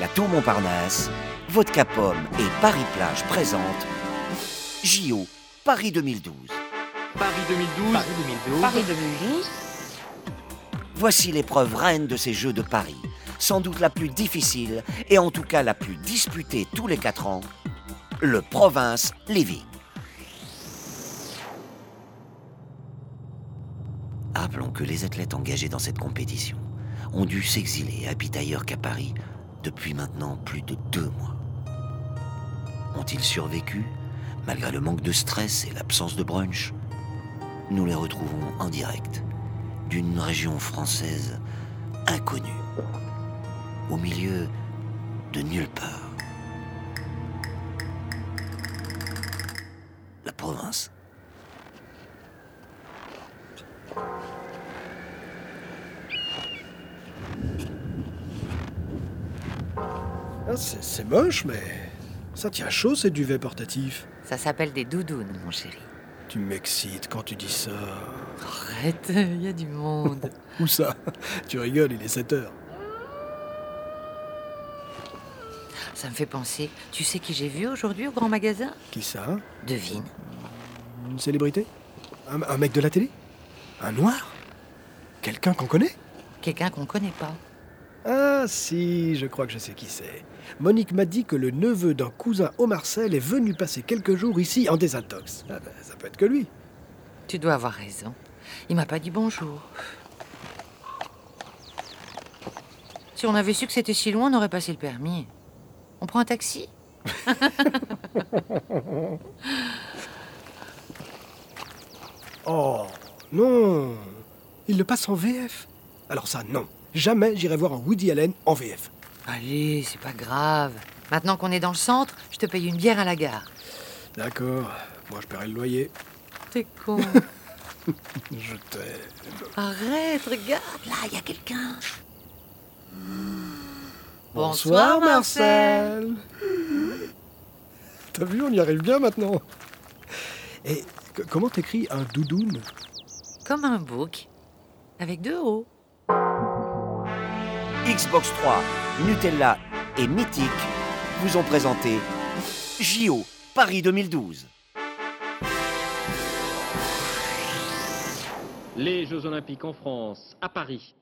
La Tour Montparnasse, Vodka Pomme et Paris Plage présentent JO Paris 2012. Paris 2012. Paris 2012. Paris 2012. Voici l'épreuve reine de ces Jeux de Paris, sans doute la plus difficile et en tout cas la plus disputée tous les quatre ans, le Province Lévis. Rappelons que les athlètes engagés dans cette compétition ont dû s'exiler et habitent ailleurs qu'à Paris depuis maintenant plus de deux mois. Ont-ils survécu malgré le manque de stress et l'absence de brunch Nous les retrouvons en direct d'une région française inconnue, au milieu de nulle part. La province. Ah, C'est c'est moche, mais ça tient chaud ces duvets portatifs. Ça s'appelle des doudounes, mon chéri. Tu m'excites quand tu dis ça. Arrête, il y a du monde. Où ça Tu rigoles, il est 7 heures. Ça me fait penser. Tu sais qui j'ai vu aujourd'hui au grand magasin Qui ça Devine. Une célébrité un, un mec de la télé Un noir Quelqu'un qu'on connaît Quelqu'un qu'on connaît pas. Ah si, je crois que je sais qui c'est. Monique m'a dit que le neveu d'un cousin au Marcel est venu passer quelques jours ici en désintox. Ah ben, ça peut être que lui. Tu dois avoir raison. Il m'a pas dit bonjour. Si on avait su que c'était si loin, on aurait passé le permis. On prend un taxi Oh non Il le passe en VF Alors ça, non. Jamais j'irai voir un Woody Allen en VF. Allez, c'est pas grave. Maintenant qu'on est dans le centre, je te paye une bière à la gare. D'accord, moi je paierai le loyer. T'es con. Je t'aime. Arrête, regarde, là, Ah, il y a quelqu'un. Bonsoir Marcel T'as vu, on y arrive bien maintenant Et c- comment t'écris un doudoune Comme un bouc, avec deux hauts. Xbox 3, Nutella et Mythique vous ont présenté JO Paris 2012. Les Jeux Olympiques en France, à Paris,